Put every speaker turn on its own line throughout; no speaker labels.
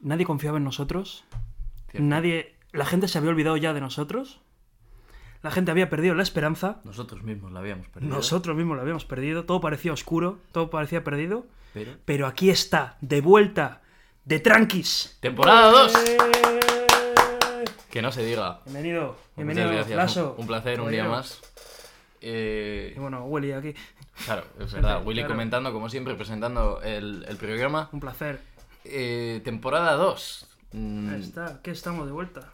nadie confiaba en nosotros,
Cierto.
nadie, la gente se había olvidado ya de nosotros, la gente había perdido la esperanza,
Nosotros mismos la habíamos perdido.
nosotros mismos la habíamos perdido, todo parecía oscuro, todo parecía perdido,
Pero...
pero aquí está, de vuelta, de tranquis.
¡Temporada 2! Que no se diga.
Bienvenido, bienvenido,
Muchas gracias.
Lasso.
Un, un placer, un día
Caballero.
más. Eh,
Y bueno, Willy aquí,
claro, es verdad. Willy
Claro.
comentando, como siempre, presentando el, el programa.
un placer.
Eh, temporada 2. Mm,
Ahí está, que estamos de vuelta.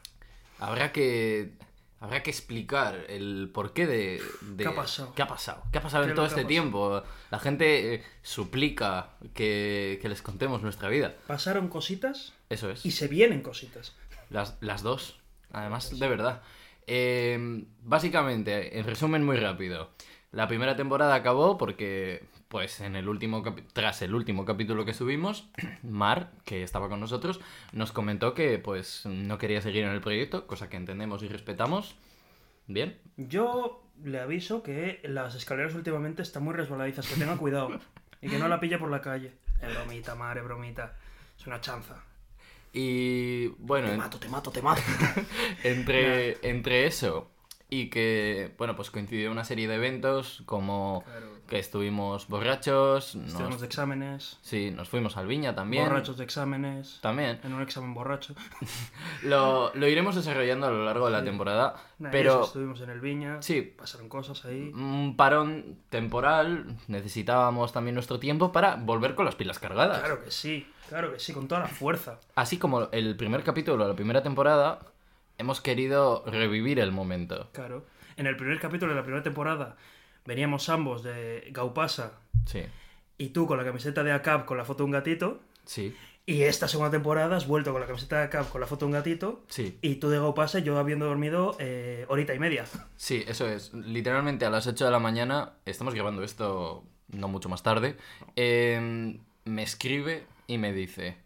Habrá que. Habrá que explicar el porqué de, de-
¿Qué ha pasado?
¿Qué ha pasado? ¿Qué ha pasado
¿Qué
en
es
todo
lo que ha
este tiempo? La gente eh, suplica que, que les contemos nuestra vida.
Pasaron cositas
Eso es.
y se vienen cositas.
Las, las dos. Además, de verdad. Eh, básicamente, en resumen muy rápido. La primera temporada acabó porque, pues, en el último capi- tras el último capítulo que subimos, Mar, que estaba con nosotros, nos comentó que, pues, no quería seguir en el proyecto, cosa que entendemos y respetamos. Bien,
Yo le aviso que las escaleras últimamente están muy resbaladizas, que tenga cuidado y que no la pilla por la calle. Es bromita, madre, bromita. Es una chanza.
Y bueno,
Te
en-
mato, te mato, te mato.
entre, entre eso y que, bueno, pues coincidió una serie de eventos como
Claro.
que estuvimos borrachos, nos,
Estuvimos de exámenes,
sí, nos fuimos al Viña también.
borrachos de exámenes,
También.
en un examen borracho.
Lo, lo iremos desarrollando a lo largo de la temporada,
Nah, eso,
pero
Estuvimos en el viña,
Sí.
pasaron cosas ahí.
un parón temporal, necesitábamos también nuestro tiempo para volver con las pilas cargadas.
Claro que sí, claro que sí, con toda la fuerza.
Así como el primer capítulo de la primera temporada, hemos querido revivir el momento.
Claro. En el primer capítulo de la primera temporada veníamos ambos de Gaupasa
Sí,
y tú con la camiseta de ACAP con la foto de un gatito.
sí,
Y esta segunda temporada has vuelto con la camiseta de ACAP con la foto de un gatito.
sí.
Y tú de Gaupasa y yo habiendo dormido eh, horita y media.
Sí, eso es. Literalmente a las 8 de la mañana, estamos grabando esto no mucho más tarde, eh, me escribe y me dice,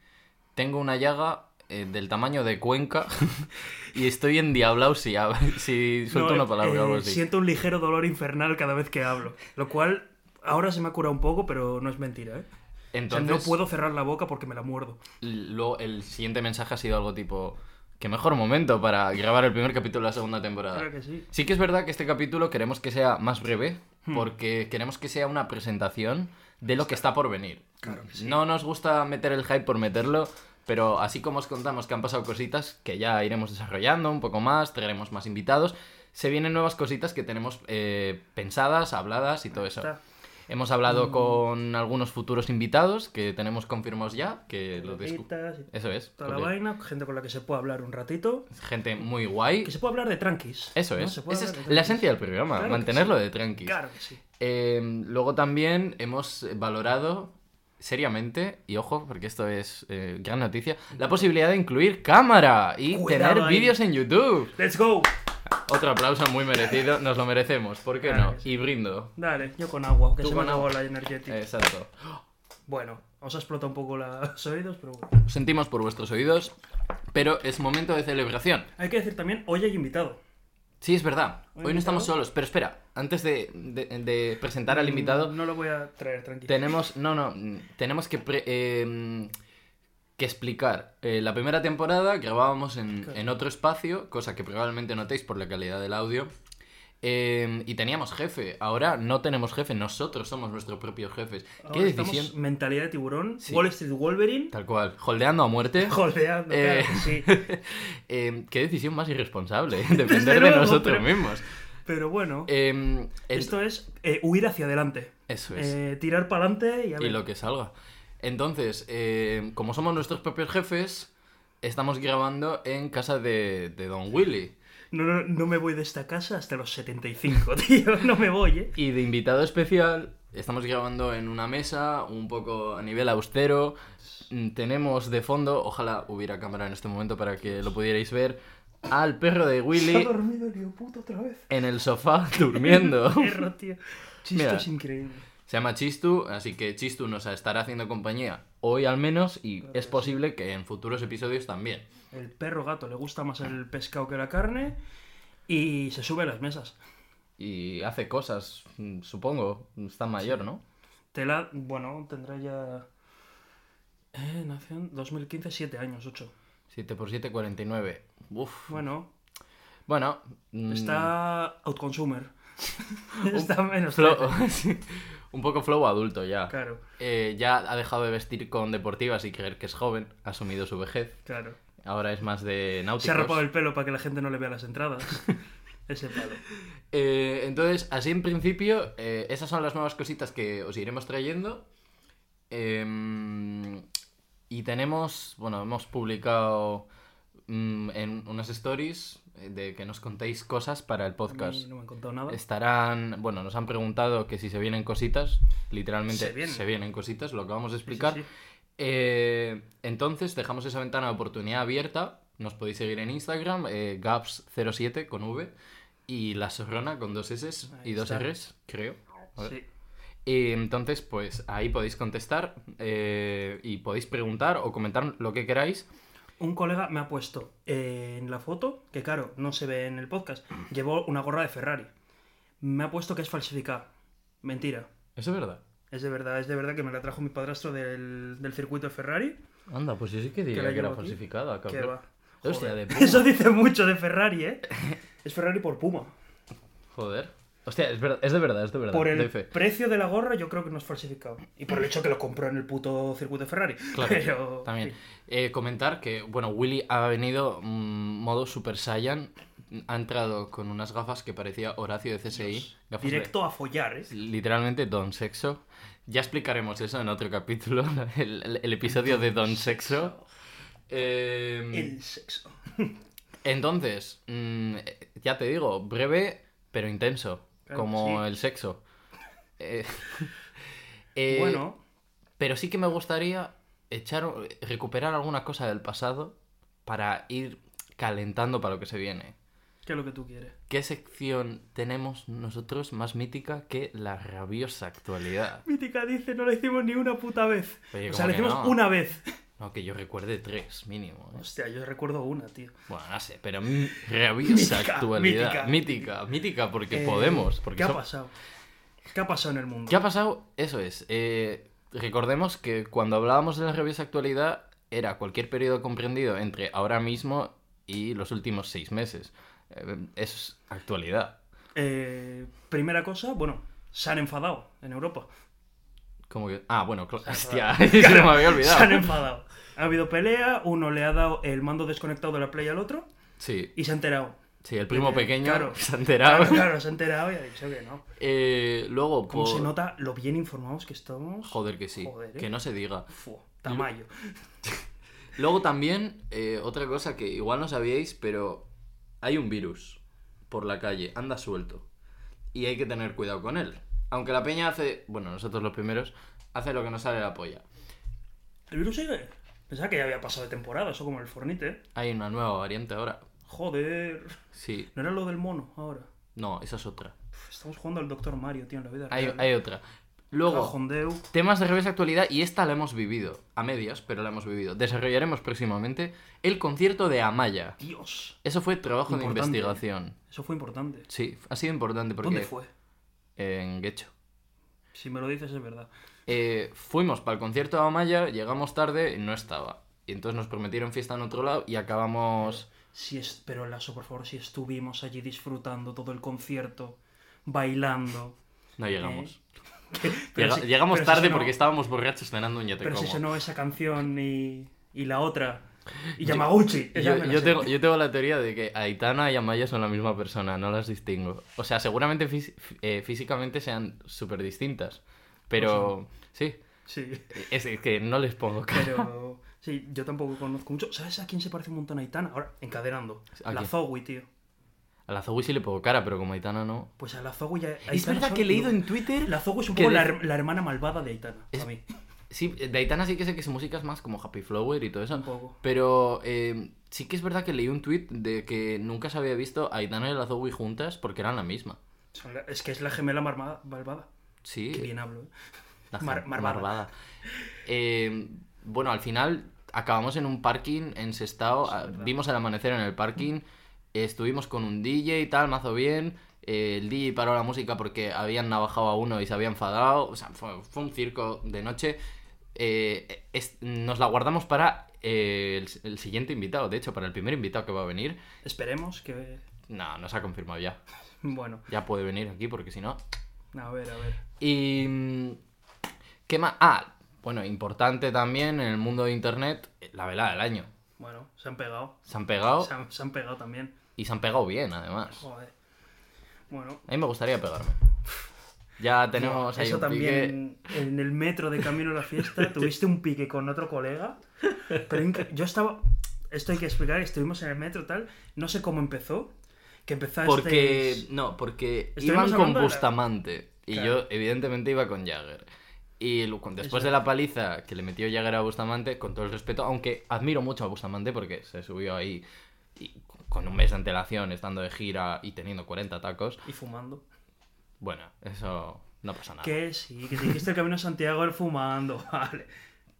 tengo una llaga eh, del tamaño de Cuenca y estoy endiablado si, hab- si suelto
No,
una palabra
eh,
o algo así.
Siento un ligero dolor infernal cada vez que hablo. Lo cual ahora se me ha curado un poco, pero no es mentira, ¿eh? O sea,
Entonces,
no puedo cerrar la boca porque me la muerdo.
luego el siguiente mensaje ha sido algo tipo, qué mejor momento para grabar el primer capítulo de la segunda temporada.
Claro que sí.
Sí que es verdad que este capítulo queremos que sea más breve
Hmm.
porque queremos que sea una presentación de lo que está por venir.
Claro que sí.
No nos gusta meter el hype por meterlo, pero así como os contamos que han pasado cositas que ya iremos desarrollando un poco más, traeremos más invitados, se vienen nuevas cositas que tenemos eh, pensadas, habladas y todo eso.
Está. Mm.
Hemos hablado con algunos futuros invitados que tenemos confirmados ya, que lo descu-
Pelotitas y
Eso es.
Toda la
porque-
vaina, gente con la que se puede hablar un ratito.
Gente muy guay.
Que se puede hablar de tranquis.
Eso
¿no?
es.
Se puede
Esa
hablar
es
de
la
tranquis.
esencia del programa,
Claro que
mantenerlo
sí.
de tranqui.
Claro que sí.
Eh, luego también hemos valorado seriamente, y ojo, porque esto es eh, gran noticia, la posibilidad de incluir cámara y
Cuidado
tener
ahí.
vídeos en YouTube.
¡Let's go!
Otro aplauso muy merecido, nos lo merecemos, ¿por qué
Claro
no?
que sí.
Y brindo.
Dale, yo con agua, que
Tú
se
con
me acabó
agua. Eh,
la energética.
Exacto.
Bueno, os ha explotado un poco la- los oídos, pero bueno.
Sentimos por vuestros oídos, pero es momento de celebración.
Hay que decir también, hoy hay invitado.
Sí, es verdad,
¿Un
hoy no estamos
invitado?
solos, pero espera, antes de, de- de presentar al invitado,
No lo voy a traer tranquilo.
Tenemos, no, no, mm, tenemos que, pre- eh, que explicar. Eh, la primera temporada grabábamos en,
Claro.
en otro espacio, cosa que probablemente notéis por la calidad del audio. eh, y teníamos jefe, ahora no tenemos jefe, nosotros somos nuestros propios jefes.
Ahora
¿Qué
estamos
decisión?
mentalidad de tiburón,
Sí.
Wall Street Wolverine,
Tal cual, holdeando a muerte.
jodeando,
Eh,
claro que sí.
eh, ¿Qué decisión más irresponsable? Depender de
luego,
nosotros
pero-
mismos.
Pero bueno,
Eh, el-
esto es eh, huir hacia adelante.
Eso es.
Eh, tirar para adelante y a ver.
y lo que salga. Entonces, eh, como somos nuestros propios jefes, estamos grabando en casa de, de Don Willy.
no, no, no me voy de esta casa hasta los 75, tío. No me voy, ¿eh?
Y de invitado especial, estamos grabando en una mesa, un poco a nivel austero. Mm, Tenemos de fondo, ojalá hubiera cámara en este momento para que lo pudierais ver, al perro de
Se ha
Willy
dormido el hijo puto otra vez.
en el sofá durmiendo.
Perro, tío. Chisto
Mira.
es increíble.
Se llama Chistu, así que Chistu nos estará haciendo compañía hoy al menos y
Claro que
es
sí.
posible que en futuros episodios también.
El perro gato le gusta más el pescado que la carne y se sube a las mesas.
Y hace cosas, mm, supongo. Está mayor, ¿no?
Tela, bueno, tendrá ya Eh, nació en 2015, 7 años, 8.
7 por 7, 49. Uf.
Bueno,
Bueno. mm,
está outconsumer. está menos.
flow- sí, un poco flow adulto ya.
Claro,
Eh, ya ha dejado de vestir con deportivas y creer que es joven. Ha asumido su vejez.
claro.
Ahora es más de
Se ha
náuticos.
rapado el pelo para que la gente no le vea las entradas. Ese palo.
Eh, entonces, así en principio, eh, esas son las nuevas cositas que os iremos trayendo. Em, y tenemos, bueno, hemos publicado mm, en unas stories eh, de que nos contéis cosas para el
A mí
podcast.
no me han contado nada.
Estarán, bueno, nos han preguntado que si se vienen cositas, literalmente
Se vienen.
cositas, lo acabamos de
Sí, sí,
explicar.
sí.
Eh, entonces, dejamos esa ventana de oportunidad abierta. Nos podéis seguir en Instagram, eh, gaps07 con V y la sorrona con dos S y
Ahí
dos
está.
R's, creo. A ver.
Sí.
Y entonces, pues ahí podéis contestar eh, y podéis preguntar o comentar lo que queráis.
Un colega me ha puesto eh, en la foto, que claro, no se ve en el podcast, llevó una gorra de Ferrari. Me ha puesto que es falsificada. Mentira.
Eso es verdad.
Es de verdad, es de verdad que me la trajo mi padrastro del, del circuito de Ferrari.
Anda, pues yo sí que diría
la
que era
llevo aquí?
falsificada,
Que
cabrón.
va.
Hostia,
Joder.
de Puma.
Eso dice mucho de Ferrari, ¿eh? Es Ferrari por Puma.
Joder. Hostia, es, ver- es de verdad, es de verdad.
Por el
doy fe.
precio de la gorra, yo creo que no es falsificado. Y por el hecho que lo compró en el puto circuito de Ferrari.
Claro,
Pero-
también. Eh, comentar que, bueno, Willy ha venido mm, modo Super Saiyan. Ha entrado con unas gafas que parecía Horacio de CSI. gafas de-
Directo a follar, ¿eh?
literalmente Don Sexo. Ya explicaremos eso en otro capítulo, el, el- el episodio de Don Sexo. Eh,
El sexo.
Entonces, mm, ya te digo, breve pero intenso,
Claro,
como
sí.
el sexo. Eh, eh,
bueno,
pero sí que me gustaría echar, recuperar alguna cosa del pasado para ir calentando para lo que se viene.
¿qué es lo que tú quieres?
¿Qué sección tenemos nosotros más mítica que la rabiosa actualidad?
Mítica dice, no la hicimos ni una puta vez.
Oye,
o
¿cómo
sea, la
que
hicimos
no?
una vez.
No, que yo recuerde tres, mínimo. ¿eh?
Hostia, yo recuerdo una, tío.
Bueno, no sé, pero mm, rabiosa
Mítica,
actualidad.
mítica.
Mítica, mítica, porque
Eh,
podemos. Porque
¿Qué ha
som-
pasado? ¿Qué ha pasado en el mundo?
¿Qué ha pasado? Eso es. eh, recordemos que cuando hablábamos de la rabiosa actualidad era cualquier periodo comprendido entre ahora mismo y los últimos seis meses. Eh, es actualidad.
Eh, primera cosa, bueno, se han enfadado en Europa.
Como que... Ah, bueno, cl- hostia,
enfadado.
se me había
Se han
olvidado.
enfadado. Ha habido pelea, uno le ha dado el mando desconectado de la play al otro
Sí,
y se ha enterado.
sí, el primo
Eh,
pequeño
claro.
se ha enterado.
Claro, claro, se ha enterado y ha dicho que no.
Eh, luego,
¿Cómo
por...
se nota lo bien informados que estamos?
Joder que sí,
Joder, ¿eh?
que no se diga.
Fu, tamayo.
Luego también, eh, otra cosa que igual no sabíais, pero hay un virus por la calle, anda suelto. Y hay que tener cuidado con él. Aunque la peña hace, bueno, nosotros los primeros, hace lo que nos sale de la polla.
¿El virus sigue? Pensaba que ya había pasado de temporada, eso como el fornite.
Hay una nueva variante ahora.
Joder.
Sí,
No era lo del mono ahora.
no, esa es otra.
Uf, Estamos jugando al Doctor Mario, tío, en la vida.
Hay,
real.
hay otra. Luego,
Cajondeu.
temas de revés actualidad, y esta la hemos vivido, a medias, pero la hemos vivido. Desarrollaremos próximamente el concierto de Amaya.
Dios.
Eso fue trabajo de
Importante.
investigación.
Eso fue importante.
Sí, ha sido importante porque...
¿Dónde fue?
En Guecho.
Si me lo dices es verdad.
Eh, fuimos para el concierto de Amaya, llegamos tarde y no estaba. Y entonces nos prometieron fiesta en otro lado y acabamos.
Si es... Pero Lasso, por favor, si estuvimos allí disfrutando todo el concierto, bailando. ¿eh?
No llegamos.
Que- pero
Llega-
si-
llegamos
pero si
tarde
sonó-
porque estábamos borrachos cenando un yate
Pero si
como.
sonó esa canción y, y la otra. Y Yamaguchi. esa
Yo,
me la
yo
sé.
tengo, yo tengo la teoría de que Aitana y Amaya son la misma persona, no las distingo. O sea, seguramente fis- eh, físicamente sean súper distintas. Pero sí,
Sí,
es, es que no les pongo cara.
Pues pero... Sí, yo tampoco conozco mucho. ¿Sabes a quién se parece un montón a Aitana? Ahora, encadenando.
¿A
la
quién?
Zowie, tío.
A la Zoe sí le pongo cara, pero como Aitana no.
Pues a la Zowie... y a
Es
Aitana
verdad
son-
que he leído en Twitter.
La Zowie es un
que
poco
de-
la, her- la hermana malvada de Aitana,
Es-
a mí.
Sí, de Aitana sí que sé que su música es más como Happy Flower y todo eso.
Un poco.
Pero eh, sí que es verdad que leí un tuit de que nunca se había visto a Aitana y la Zoe juntas porque eran la misma.
Son la- Es que es la gemela marma- malvada.
Sí.
Qué bien hablo, ¿eh?
la
mar-
gen-
marvada.
Eh, bueno, al final acabamos en un parking en Sestao. ah,
verdad.
Vimos el amanecer en el parking. Estuvimos con un DJ y tal, mazo bien. eh, el DJ paró la música porque habían navajado a uno y se había enfadado. O sea, fue, fue un circo de noche. eh, es- nos la guardamos para eh, el, el siguiente invitado, de hecho, para el primer invitado que va a venir.
Esperemos que.
No, nos ha confirmado ya.
Bueno,
Ya puede venir aquí porque si no...
a ver, a ver.
Y... mm, ¿Qué más? Ah, bueno, importante también en el mundo de Internet, la velada del año.
Bueno, se han pegado.
Se han pegado
Se, han, se han pegado también.
y se han pegado bien, además.
Joder. Bueno,
A mí me gustaría pegarme. Ya tenemos ahí
eso
un pique.
también en el metro de camino a la fiesta tuviste un pique con otro colega. Pero inc- yo estaba. Esto hay que explicar. Estuvimos en el metro tal. No sé cómo empezó. Que empezaste.
Porque, no, porque
Estuvimos
iban con
hablando de la-
Bustamante. Y
Claro.
yo, evidentemente, iba con Jagger. Y lu- con- después de la paliza que le metió Jagger a Bustamante, con todo el respeto, aunque admiro mucho a Bustamante porque se subió ahí y con un mes de antelación, estando de gira y teniendo 40 tacos.
Y fumando.
Bueno, eso no pasa nada.
Que sí, que te dijiste el camino a Santiago el fumando. Vale.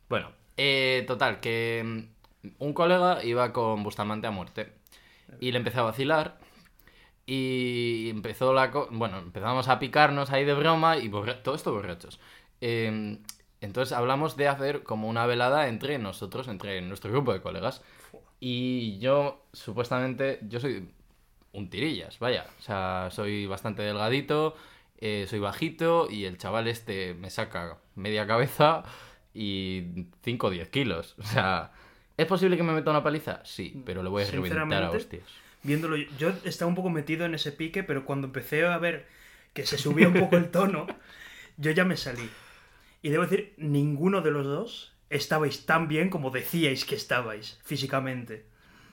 Bueno, eh, total, que mm, un colega iba con Bustamante a muerte y le empezó a vacilar y empezó la... co- bueno, empezamos a picarnos ahí de broma y borra- todo esto borrachos. Eh, entonces hablamos de hacer como una velada entre nosotros, entre nuestro grupo de colegas. Y yo, supuestamente, yo soy un tirillas, vaya. O sea, soy bastante delgadito, eh, soy bajito y el chaval este me saca media cabeza y 5 o 10 kilos. O sea, ¿es posible que me meta una paliza? Sí, pero lo voy a reventar a
Sinceramente,
hostias.
viéndolo. Yo yo estaba un poco metido en ese pique, pero cuando empecé a ver que se subía un poco el tono, yo ya me salí. Y debo decir, ninguno de los dos estabais tan bien como decíais que estabais físicamente.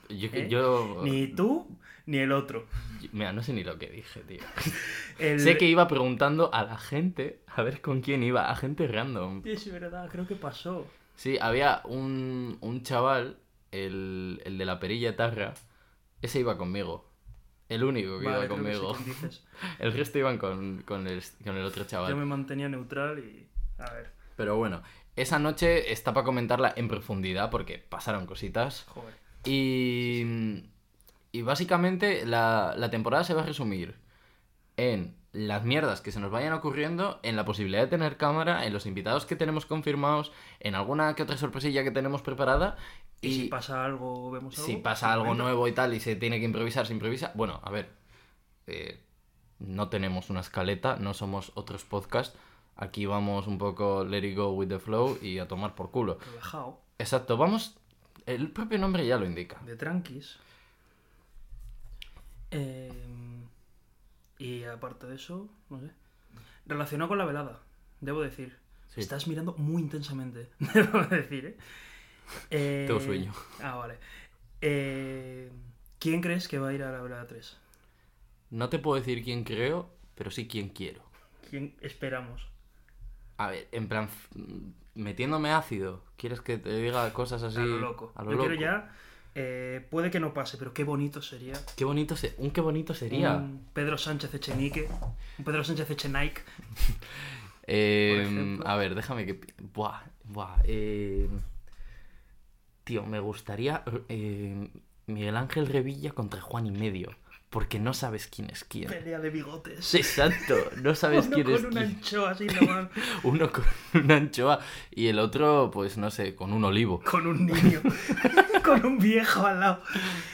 Yo,
¿eh?
yo-
Ni tú, ni el otro.
Mira, no sé ni lo que dije, tío.
El-
Sé que iba preguntando a la gente a ver con quién iba, a gente random.
Es verdad, creo que pasó.
Sí, había un, un chaval, el, el de la perilla tarra, ese iba conmigo. El único que
Vale,
iba
creo que
conmigo.
sí, como dices.
El resto iban con, con el, con el otro chaval.
Yo me mantenía neutral y... A ver,
Pero bueno, esa noche está para comentarla en profundidad porque pasaron cositas.
joder.
Y, mm, y básicamente la, la temporada se va a resumir en las mierdas que se nos vayan ocurriendo, en la posibilidad de tener cámara, en los invitados que tenemos confirmados, en alguna que otra sorpresilla que tenemos preparada.
Y, si pasa algo, vemos algo.
si pasa algo
simplemente.
nuevo y tal y se tiene que improvisar, se improvisa. Bueno, a ver, eh, no tenemos una escaleta, no somos otros podcasts. Aquí vamos un poco let it go with the flow y a tomar por culo.
Relajado,
Exacto, vamos... El propio nombre ya lo indica.
de tranquis. Em, y aparte de eso, no sé. Relacionado con la velada, debo decir.
Sí.
Estás mirando muy intensamente, debo decir, ¿eh? Eh,
Tengo sueño.
Ah, vale. Eh, ¿Quién crees que va a ir a la velada 3?
No te puedo decir quién creo, pero sí quién quiero.
¿Quién esperamos?
A ver, en plan, f- metiéndome ácido, ¿quieres que te diga cosas así?
a lo loco.
a lo
Yo quiero
loco?
ya. eh, puede que no pase, pero qué bonito sería
Qué bonito, se- un qué bonito sería.
un Pedro Sánchez Echenique, un Pedro Sánchez Echenike.
Eh,
Por ejemplo.
a ver, déjame que... pi- Buah, buah. eh, Tío, me gustaría eh, Miguel Ángel Revilla contra Juan y Medio, porque no sabes quién es quién.
Pelea de bigotes.
Exacto, no sabes
Uno
quién es
con una
quién.
anchoa así en la mano,
Uno con una anchoa y el otro, pues no sé, con un olivo.
con un niño, con un viejo al lado.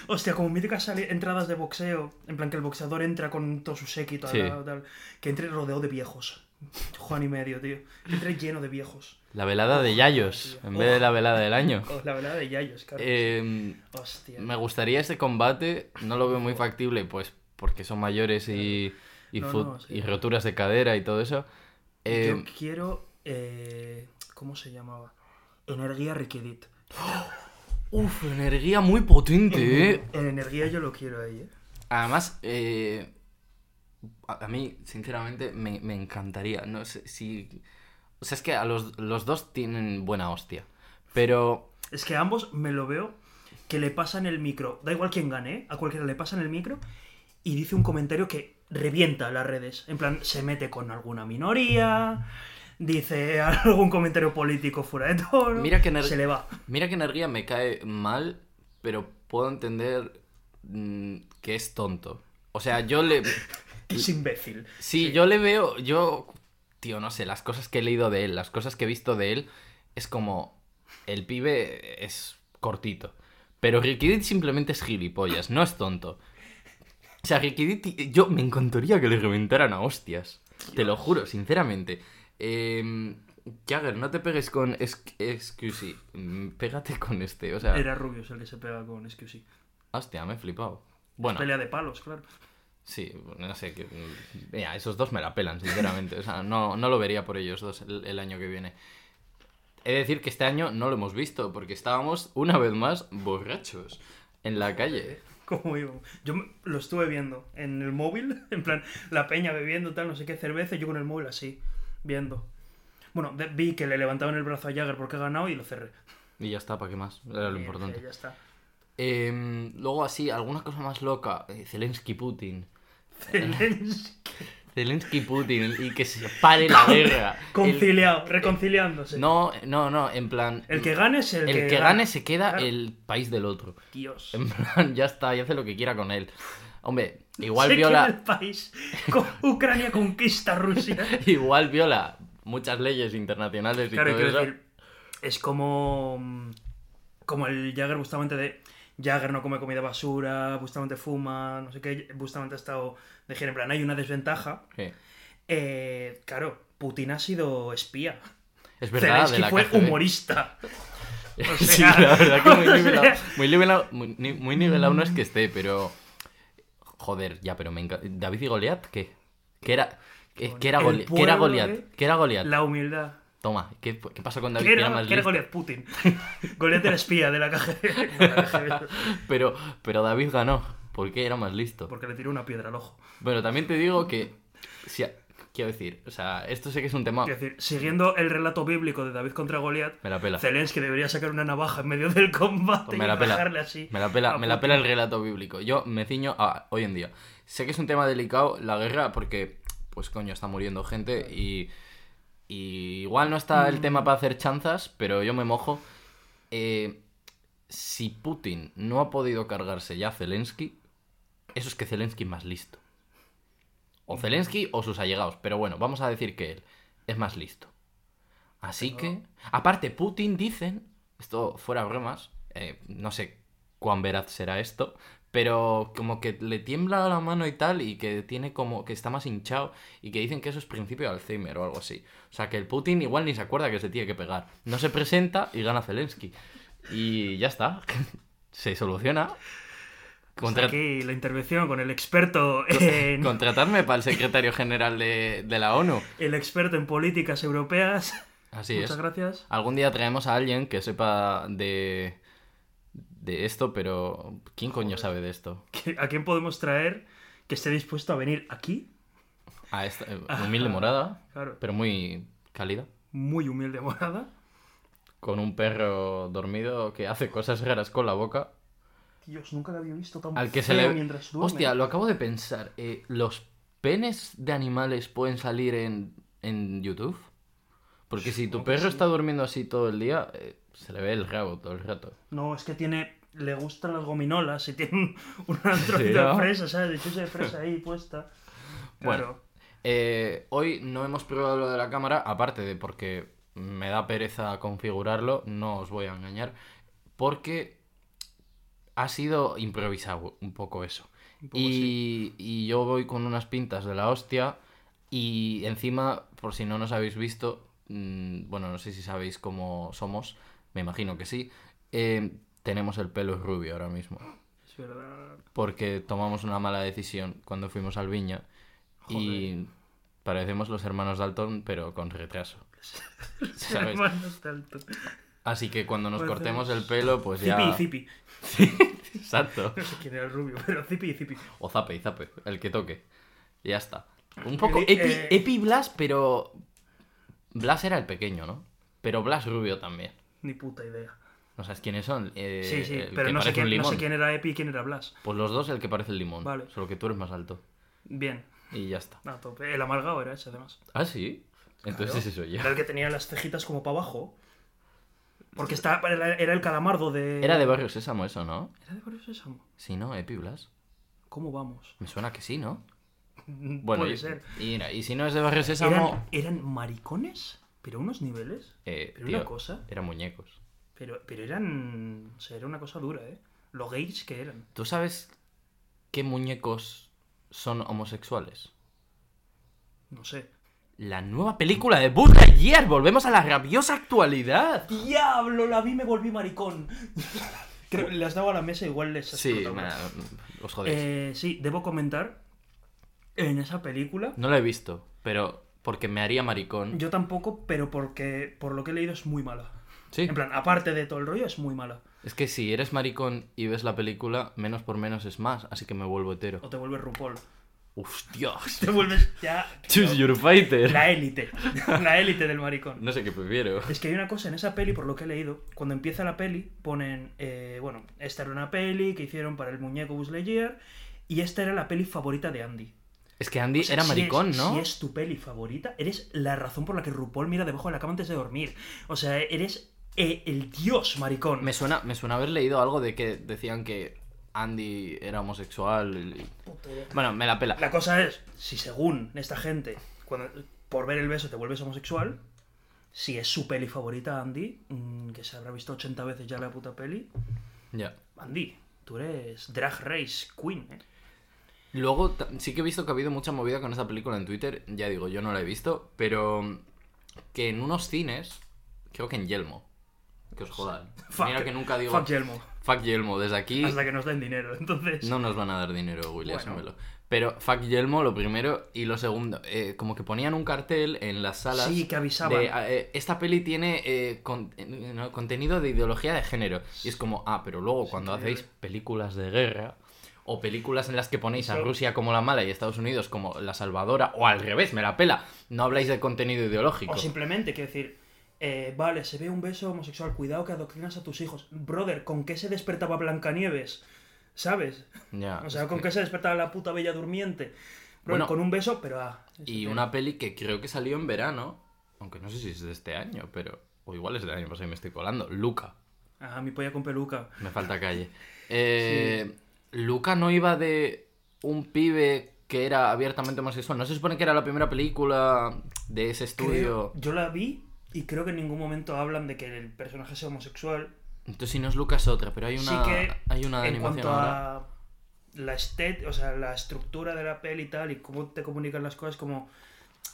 Hostia, como míticas sali- entradas de boxeo, en plan que el boxeador entra con todo su séquito al
Sí.
lado, tal, que entre rodeado de viejos. Juan y medio, tío. Que Entre lleno de viejos.
La velada de Yayos, en vez de la velada del año.
Oh, la verdad de Yayos, claro.
Eh,
Hostia.
me gustaría ese combate, no lo veo muy factible, pues porque son mayores y, y,
No,
fut-
no, sí.
y roturas de cadera y todo eso. Eh,
Yo quiero. eh, ¿Cómo se llamaba? Energía Requidit.
Uf, energía muy potente, ¿eh?
En energía yo lo quiero ahí, ¿eh?
Además, eh, a a mí, sinceramente, me, me encantaría. No sé si. O sea, es que a los, los dos tienen buena hostia. Pero.
Es que a ambos me lo veo que le pasan el micro. Da igual quién gane, ¿eh? a cualquiera le pasan el micro y dice un comentario que revienta las redes. En plan, se mete con alguna minoría, dice algún comentario político fuera de tono.
Mira que ener-
se le va.
Mira que energía me cae mal, pero puedo entender mm, que es tonto. O sea, yo le.
Es imbécil.
Sí, yo le veo, yo, tío, no sé, las cosas que he leído de él, las cosas que he visto de él, es como. El pibe es cortito. Pero Rikidit simplemente es gilipollas, no es tonto. O sea, Rikidit, yo me encantaría que le reventaran a hostias. Te lo juro, sinceramente. Eh, Jagger, no te pegues con es Excusey. Mm, Pégate con este, o sea.
Era Rubius el que se pega con Excusey.
Hostia, me he flipado. Bueno,
Pelea de palos, claro.
sí, no sé. Que, mm, mira, esos dos me la pelan, sinceramente. O sea, no, no lo vería por ellos dos el, el año que viene. He de decir que este año no lo hemos visto, porque estábamos una vez más borrachos en la calle.
Como digo, yo me- lo estuve viendo en el móvil, en plan, la peña bebiendo, tal, no sé qué, cerveza, y yo con el móvil así, viendo. Bueno, de- vi que le levantaban el brazo a Jagger porque ha ganado y lo cerré.
Y ya está, ¿para qué más? Era lo
Y dije,
importante.
Ya está.
Em, luego así, alguna cosa más loca. Eh, Zelensky Putin.
Zelensky.
Zelensky Putin y que se pare la guerra. El-
Conciliado, reconciliándose.
No, no, no, en plan...
El que gane es el,
el
que,
que
gana.
gane se queda
Claro.
el país del otro.
Dios.
En plan, ya está, y hace lo que quiera con él. Hombre, igual
Se
viola...
queda el país. Con- Ucrania conquista Rusia.
Igual viola muchas leyes internacionales y
Claro,
todo
quiero
eso.
decir, es como. mm, Como el Jagger, Bustamante de. Jagger no come comida basura, Bustamante fuma, no sé qué. Bustamante ha estado de gira. En plan, hay una desventaja.
Sí.
Eh, claro, Putin ha sido espía.
Es verdad, de
Zelensky
la
fue
KGB.
humorista. O
Sí,
sea,
la verdad que muy
o sea,
nivelado. Muy nivelado, muy, ni- muy nivelado no es que esté, pero. Joder, ya, pero me encanta. ¿David y Goliat? ¿Qué? ¿Qué era, qué, qué era,
El
Goli- qué
pueblo
era Goliat?
de-
¿Qué era Goliat?
La humildad.
Toma, ¿qué, fu- qué pasó con David?
¿Qué
que era
era,
más
qué era
listo?
Goliat Putin? Goliat era espía de la KGB. No, la KGB.
Pero, pero David ganó. ¿Por qué era más listo?
Porque le tiró una piedra al ojo.
Bueno, también te digo que. si a- quiero decir, o sea, esto sé que es un tema.
Quiero decir, siguiendo el relato bíblico de David contra Goliat,
Me la pela.
Zelensky debería sacar una navaja en medio del combate
Pues me
y
la pela.
bajarle así.
Me la pela,
a
me la
Putin.
pela el relato bíblico. Yo me ciño a hoy en día. Sé que es un tema delicado la guerra porque, pues coño, está muriendo gente y, y igual no está el tema para hacer chanzas, pero yo me mojo. Eh, si Putin no ha podido cargarse ya a Zelensky, eso es que Zelensky es más listo. O Zelensky o sus allegados, pero bueno, vamos a decir que él es más listo. Así que, aparte, Putin dicen, esto fuera bromas, eh, no sé cuán veraz será esto, pero como que le tiembla la mano y tal, y que tiene como que está más hinchado, y que dicen que eso es principio de Alzheimer o algo así. O sea que el Putin igual ni se acuerda que se tiene que pegar. No se presenta y gana Zelensky. Y ya está. se soluciona.
Pues
Contra-
Aquí la intervención con el experto en,
Contratarme para el secretario general de, de la ONU.
el experto en políticas europeas.
Así
Muchas
es.
gracias.
Algún día traemos a alguien que sepa de, de esto, pero ¿quién coño sabe de esto?
¿Qué- ¿A quién podemos traer que esté dispuesto a venir aquí?
A esta eh, humilde morada,
Claro,
pero muy cálida,
muy humilde morada.
con un perro dormido que hace cosas raras con la boca.
Dios, nunca la había visto tan
Al que se
feo
le...
mientras duerme.
Hostia, lo acabo de pensar. eh, ¿Los penes de animales pueden salir en, en YouTube? Porque si tu
Supongo que
perro
sí.
está durmiendo así todo el día, eh, se le ve el rabo todo el rato.
No, es que tiene. Le gustan las gominolas y tiene un- una trocito
¿no?
de fresa, ¿sabes? De chuche de fresa ahí puesta.
Bueno.
Claro.
Eh, hoy no hemos probado lo de la cámara, aparte de porque me da pereza configurarlo, no os voy a engañar, porque ha sido improvisado un poco eso.
Un poco
Y, y yo voy con unas pintas de la hostia y encima, por si no nos habéis visto, mm, bueno, no sé si sabéis cómo somos, me imagino que sí, eh, tenemos el pelo rubio ahora mismo,
Es verdad.
porque tomamos una mala decisión cuando fuimos al Viña y parecemos los hermanos Dalton, pero con retraso. ¿Sabes?
Hermanos Dalton.
Así que cuando nos
Parecemos-
cortemos el pelo, pues ya...
Zipi y Zipi.
Exacto.
No sé quién era el rubio, pero Zipi y Zipi.
O zape y zape, el que toque. Y ya está. Un poco
Eh,
epi,
eh.
epi Blas, pero... Blas era el pequeño, ¿no? Pero Blas rubio también.
Ni puta idea.
¿No sabes quiénes son? Eh,
Sí, sí,
el
pero
que
no sé,
parece un
quién, no sé
limón.
quién era Epi y quién era Blas.
Pues los dos el que parece el limón.
Vale.
Solo que tú eres más alto.
Bien,
Y ya está.
a tope. El amargado era ese, además.
Ah, sí. Entonces eso ya.
Era el que tenía las cejitas como para abajo. Porque estaba, era, era el calamardo de.
Era de Barrio Sésamo eso, ¿no?
¿Era de Barrio Sésamo?
Sí, ¿no? Epi Blas.
¿Cómo vamos?
Me suena que sí, ¿no?
Bueno,
Bueno,
Puede
y-
ser.
Y, mira, y si no es de Barrio Sésamo,
¿Eran, eran maricones? Pero unos niveles.
Eh,
pero
tío,
una cosa.
Eran muñecos.
Pero, pero eran. O sea, era una cosa dura, ¿eh? Lo gays que eran.
¿Tú sabes qué muñecos son homosexuales?
No sé.
La nueva película de Lightyear. Volvemos a la rabiosa actualidad.
¡Diablo! La vi y me volví maricón. Creo que le has dado a la mesa igual les has
Sí,
explotado
me-
más.
os jodéis.
Eh, sí, debo comentar. En esa película.
No la he visto, pero porque me haría maricón.
Yo tampoco, pero porque por lo que he leído es muy mala.
Sí.
En plan, aparte de todo el rollo, es muy mala.
Es que si eres maricón y ves la película, menos por menos es más, así que me vuelvo
O
hetero.
te vuelves RuPaul.
¡Hostias!
Te vuelves ya.
Choose your fighter.
La élite. La élite del maricón.
No sé qué prefiero.
Es que hay una cosa en esa peli, por lo que he leído, cuando empieza la peli, ponen, eh, bueno, esta era una peli que hicieron para el muñeco Buzz Lightyear y esta era la peli favorita de Andy.
Es que Andy
O sea,
era
Pues si
maricón,
es-
¿no?
Si es tu peli favorita, eres la razón por la que RuPaul mira debajo de la cama antes de dormir. O sea, eres eh, el dios maricón.
Me suena, me suena haber leído algo de que decían que Andy era homosexual. y- Bueno, me la pela.
La cosa es, si según esta gente, cuando, por ver el beso te vuelves homosexual, si es su peli favorita, Andy, mm, que se habrá visto 80 veces ya la puta peli,
Ya.
Andy, tú eres Drag Race Queen, ¿eh?
Luego ta- sí que he visto que ha habido mucha movida con esa película en Twitter. Ya digo, yo no la he visto, pero que en unos cines, creo que en Yelmo. Que os jodan. Mira que nunca digo.
Fuck Yelmo.
Fuck Yelmo, desde aquí.
Hasta que nos den dinero, entonces.
No nos van a dar dinero, Willy,
Bueno.
asúmelo. Pero fuck Yelmo, lo primero. Y lo segundo, eh, como que ponían un cartel en las salas.
Sí, que avisaban.
de, ah, eh, esta peli tiene eh, con- eh, no, contenido de ideología de género. Y es como, ah, pero luego cuando
increíble.
hacéis películas de guerra. O películas en las que ponéis a
Eso-
Rusia como la mala y a Estados Unidos como la salvadora, o al revés, me la pela. No habláis de contenido ideológico.
O simplemente, quiero decir, eh, vale, se ve un beso homosexual, cuidado que adoctrinas a tus hijos. Brother, ¿con qué se despertaba Blancanieves? ¿Sabes?
Ya,
o sea,
Ah, es
¿con
que-
qué se despertaba la puta bella durmiente? Brother,
Bueno.
con un beso, pero ah.
Y una peli que creo que salió en verano, aunque no sé si es de este año, pero. O igual es del año pasado y me estoy colando. Luca.
Ah, mi polla con peluca.
Me falta calle. Eh, Luca no iba de un pibe que era abiertamente homosexual. No se supone que era la primera película de ese estudio.
Creo- yo la vi y creo que en ningún momento hablan de que el personaje sea homosexual.
Entonces, si no es Luca, es otra, pero hay una,
sí que
hay una de
en
animación.
cuanto
ahora.
a la estet, o sea, la estructura de la peli y tal, y cómo te comunican las cosas, como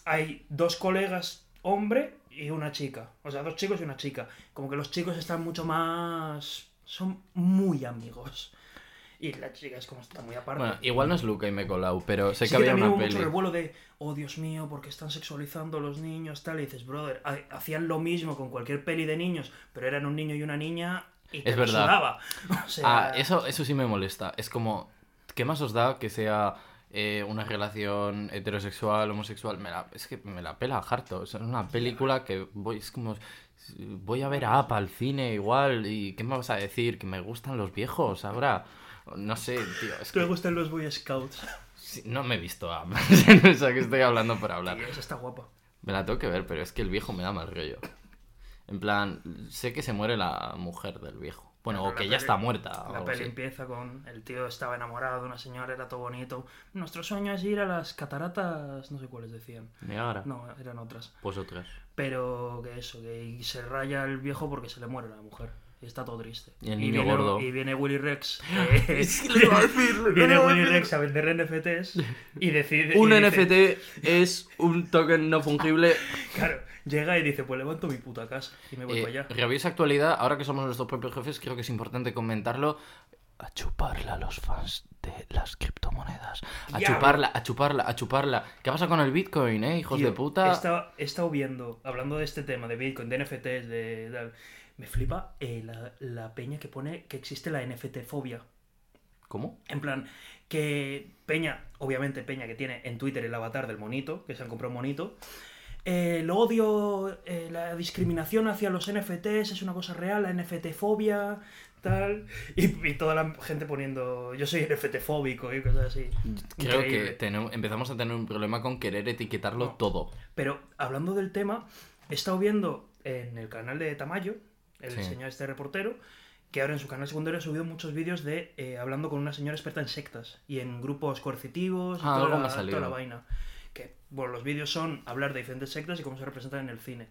hay dos colegas hombre y una chica. O sea, dos chicos y una chica. Como que los chicos están mucho más. son muy amigos. Y la chica es como está muy aparte.
Bueno, igual no es Luca y me he colado, pero sé
Sí
que
que
había
también
una
hubo mucho
peli.
revuelo de, oh Dios mío, porque están sexualizando a los niños, tal. Y dices, brother, ha- hacían lo mismo con cualquier peli de niños, pero eran un niño y una niña y te
Es
lo
verdad.
sudaba. O sea,
Ah, eso, eso sí me molesta. Es como, ¿qué más os da que sea eh, una relación heterosexual, homosexual? Me la- es que me la pela harto. Es una película que voy, es como, voy a ver a APA al cine igual y ¿qué me vas a decir? Que me gustan los viejos ahora. No sé, tío. Es
¿Te
que
gustan los Boy Scouts?
sí, no me he visto a APA. no sé a qué estoy hablando por hablar.
Y esa está guapa.
Me la tengo que ver, pero es que el viejo me da mal rollo. En plan, sé que se muere la mujer del viejo. Bueno,
Pero
o
la
que
peli-
ya está muerta. o
La
algo
peli
así.
empieza con el tío estaba enamorado de una señora, era todo bonito. Nuestro sueño es ir a las cataratas, no sé cuáles decían.
Ni ahora.
No, eran otras.
Pues otras.
Pero que eso, que y se raya el viejo porque se le muere la mujer. Y está todo triste.
Y el niño
viene,
gordo.
Y viene Willy Rex.
Sí, lo iba a decir, lo
viene
iba a
Willy
decir.
Rex a vender NFTs y decide.
Un
y dice-
NFT es un token no fungible.
Claro, llega y dice: Pues levanto mi puta casa y me voy para allá.
Rabiosa Eh, actualidad, ahora que somos nuestros propios jefes, creo que es importante comentarlo. A chuparla a los fans de las criptomonedas. A
Diablo.
chuparla, a chuparla, a chuparla. ¿Qué pasa con el Bitcoin, eh, hijos
Tío,
de puta?
He estado, he estado viendo, hablando de este tema, de Bitcoin, de NFTs, de tal. Me flipa eh, la, la peña que pone que existe la NFT-fobia.
¿Cómo?
En plan, que Peña, obviamente Peña que tiene en Twitter el avatar del monito, que se han comprado un monito. eh, el odio, eh, la discriminación hacia los NFTs es una cosa real, la NFT-fobia, tal. Y, y toda la gente poniendo, yo soy NFT-fóbico y cosas así.
Creo
Increíble.
que tenemos- empezamos a tener un problema con querer etiquetarlo
No.
todo.
Pero hablando del tema, he estado viendo en el canal de Tamayo, el
Sí.
señor este reportero, que ahora en su canal secundario ha subido muchos vídeos de eh, hablando con una señora experta en sectas y en grupos coercitivos y
Ah,
toda,
algo
la,
me ha salido.
toda la vaina. Que bueno, los vídeos son hablar de diferentes sectas y cómo se representan en el cine.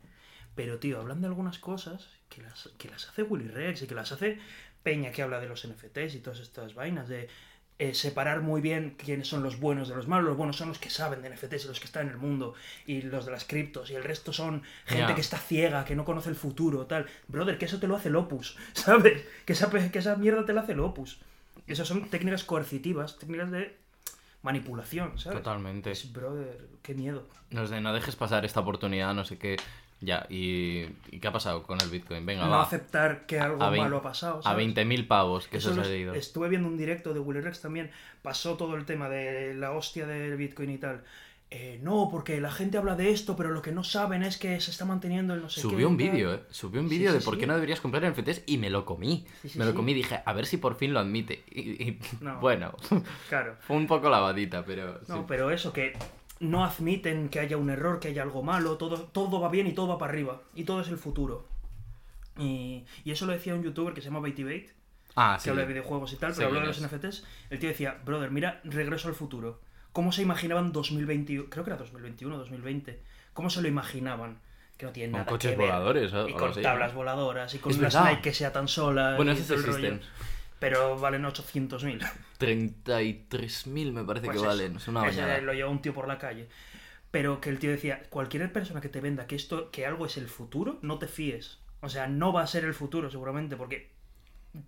Pero, tío, hablan de algunas cosas que las, que las hace Willy Rex y que las hace Peña que habla de los NFTs y todas estas vainas, de eh, separar muy bien quiénes son los buenos de los malos. Los buenos son los que saben de NFTs y los que están en el mundo, y los de las criptos, y el resto son gente
Ya.
que está ciega, que no conoce el futuro, tal. Brother, que eso te lo hace el Opus, ¿sabes? Que esa, pe- que esa mierda te la hace el Opus. Esas son técnicas coercitivas, técnicas de manipulación, ¿sabes?
Totalmente.
Es, brother, qué miedo.
No sé, no dejes pasar esta oportunidad, no sé qué. Ya, ¿y, ¿y qué ha pasado con el Bitcoin? Venga,
No
va.
aceptar que algo
a vein-
malo ha pasado.
A
¿sabes?
20.000 pavos que eso
Eso
se ha
lo es-
ido.
Estuve viendo un directo de Willy Rex también. Pasó todo el tema de la hostia del Bitcoin y tal. Eh, no, porque la gente habla de esto, pero lo que no saben es que se está manteniendo el no sé qué
Subió un
y tal.
vídeo, ¿eh? Subió un
Sí,
vídeo
sí,
de por
sí.
qué no deberías comprar NFTs y me lo comí.
Sí, sí,
me lo
sí.
comí y dije, a ver si por fin lo admite. Y, y-
No.
bueno,
Claro.
fue un poco lavadita, pero...
No,
sí.
pero eso, que no admiten que haya un error, que haya algo malo, todo, todo va bien y todo va para arriba. Y todo es el futuro. Y, y eso lo decía un youtuber que se llama Baitivate,
Ah,
que
sí.
habla de videojuegos y tal,
Sé
pero habla de los
quién
NFTs. El tío decía, brother, mira, regreso al futuro. ¿Cómo se imaginaban 2021? Creo que era 2021, 2020. ¿Cómo se lo imaginaban? Que no tiene
Con
nada
coches
que ver.
voladores, ¿eh?
Y
O
con
así, ¿no?
tablas voladoras y con
Es
unas
verdad.
Nike que sea tan sola.
Bueno,
y
esos
todo el rollo.
existen.
Pero valen 800.000.
33.000 me parece
Pues
que
eso.
valen. Es una
Ese
bañada.
lo lleva un tío por la calle. Pero que el tío decía, cualquier persona que te venda que esto, que algo es el futuro, no te fíes. O sea, no va a ser el futuro seguramente, porque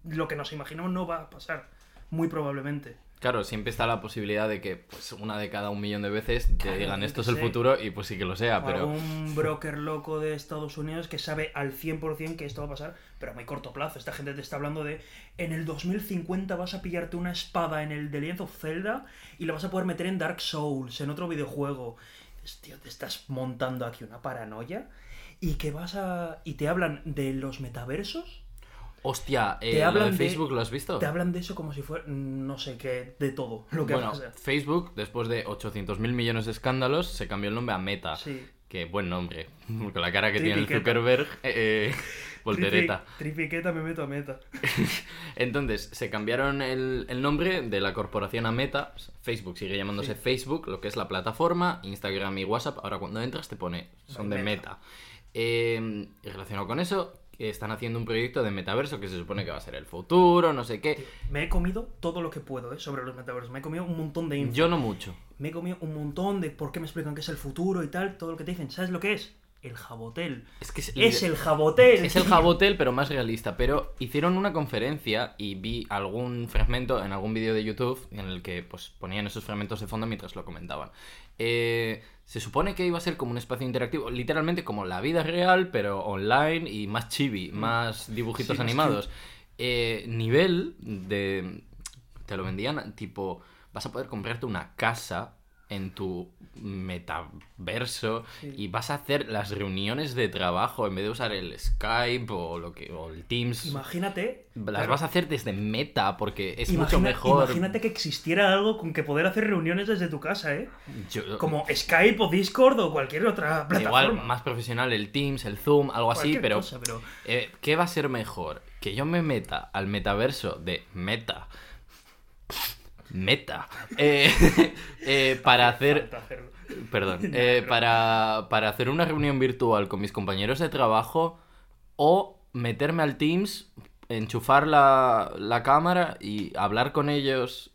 lo que nos imaginamos no va a pasar, muy probablemente.
Claro, siempre está la posibilidad de que pues, una de cada un millón de veces te
Claro,
digan
yo
esto
qué
es el
sé.
futuro y pues sí que lo sea,
O
pero...
algún broker loco de Estados Unidos que sabe al 100% que esto va a pasar, pero a muy corto plazo. Esta gente te está hablando de en el 2050 vas a pillarte una espada en el The Legend of Zelda y la vas a poder meter en Dark Souls, en otro videojuego. Dices, tío, te estás montando aquí una paranoia y que vas a. y te hablan de los metaversos.
Hostia, eh,
Te
lo
hablan
de
de-
Facebook lo has visto?
Te hablan de eso como si fuera, no sé qué, de todo lo que
bueno,
pasa.
Facebook, después de 800.000 millones de escándalos, se cambió el nombre a Meta.
Sí.
Que buen nombre. Con la cara que tiene el
Tripiqueta.
Zuckerberg, eh, eh, voltereta.
Tripi- Tripiqueta me meto a meta.
Entonces, se cambiaron el, el nombre de la corporación a Meta. Facebook sigue llamándose
Sí.
Facebook, lo que es la plataforma, Instagram y WhatsApp. Ahora cuando entras te pone, son de
Meta.
Meta. Eh, y relacionado con eso, que están haciendo un proyecto de metaverso que se supone que va a ser el futuro, no sé qué.
Me he comido todo lo que puedo ¿eh? sobre los metaversos. Me he comido un montón de info.
Yo no mucho.
Me he comido un montón de por qué me explican que es el futuro y tal. Todo lo que te dicen. ¿Sabes lo que es? El jabotel.
Es que es,
Es el jabotel.
Es el
tío.
Jabotel, pero más realista. Pero hicieron una conferencia y vi algún fragmento en algún vídeo de YouTube en el que pues, ponían esos fragmentos de fondo mientras lo comentaban. Eh, se supone que iba a ser como un espacio interactivo, literalmente como la vida real, pero online y más chibi, más
Mm.
dibujitos
Sí, más
animados. Eh, nivel de. Te lo vendían tipo. Vas a poder comprarte una casa en tu metaverso
Sí.
y vas a hacer las reuniones de trabajo en vez de usar el Skype o lo que o el Teams.
Imagínate.
las
claro,
vas a hacer desde Meta porque es mucho
imagina-
mejor.
Imagínate que existiera algo con que poder hacer reuniones desde tu casa, ¿eh?
Yo-
Como Skype o Discord o cualquier otra plataforma.
igual más profesional el Teams, el Zoom, algo así,
Cualquier
pero
cosa, pero
eh, ¿qué va a ser mejor? Que yo me meta al metaverso de Meta. Meta. eh, eh, para hacer
falta hacerlo.
Perdón. eh, para, para hacer una reunión virtual con mis compañeros de trabajo o meterme al Teams, enchufar la, la cámara y hablar con ellos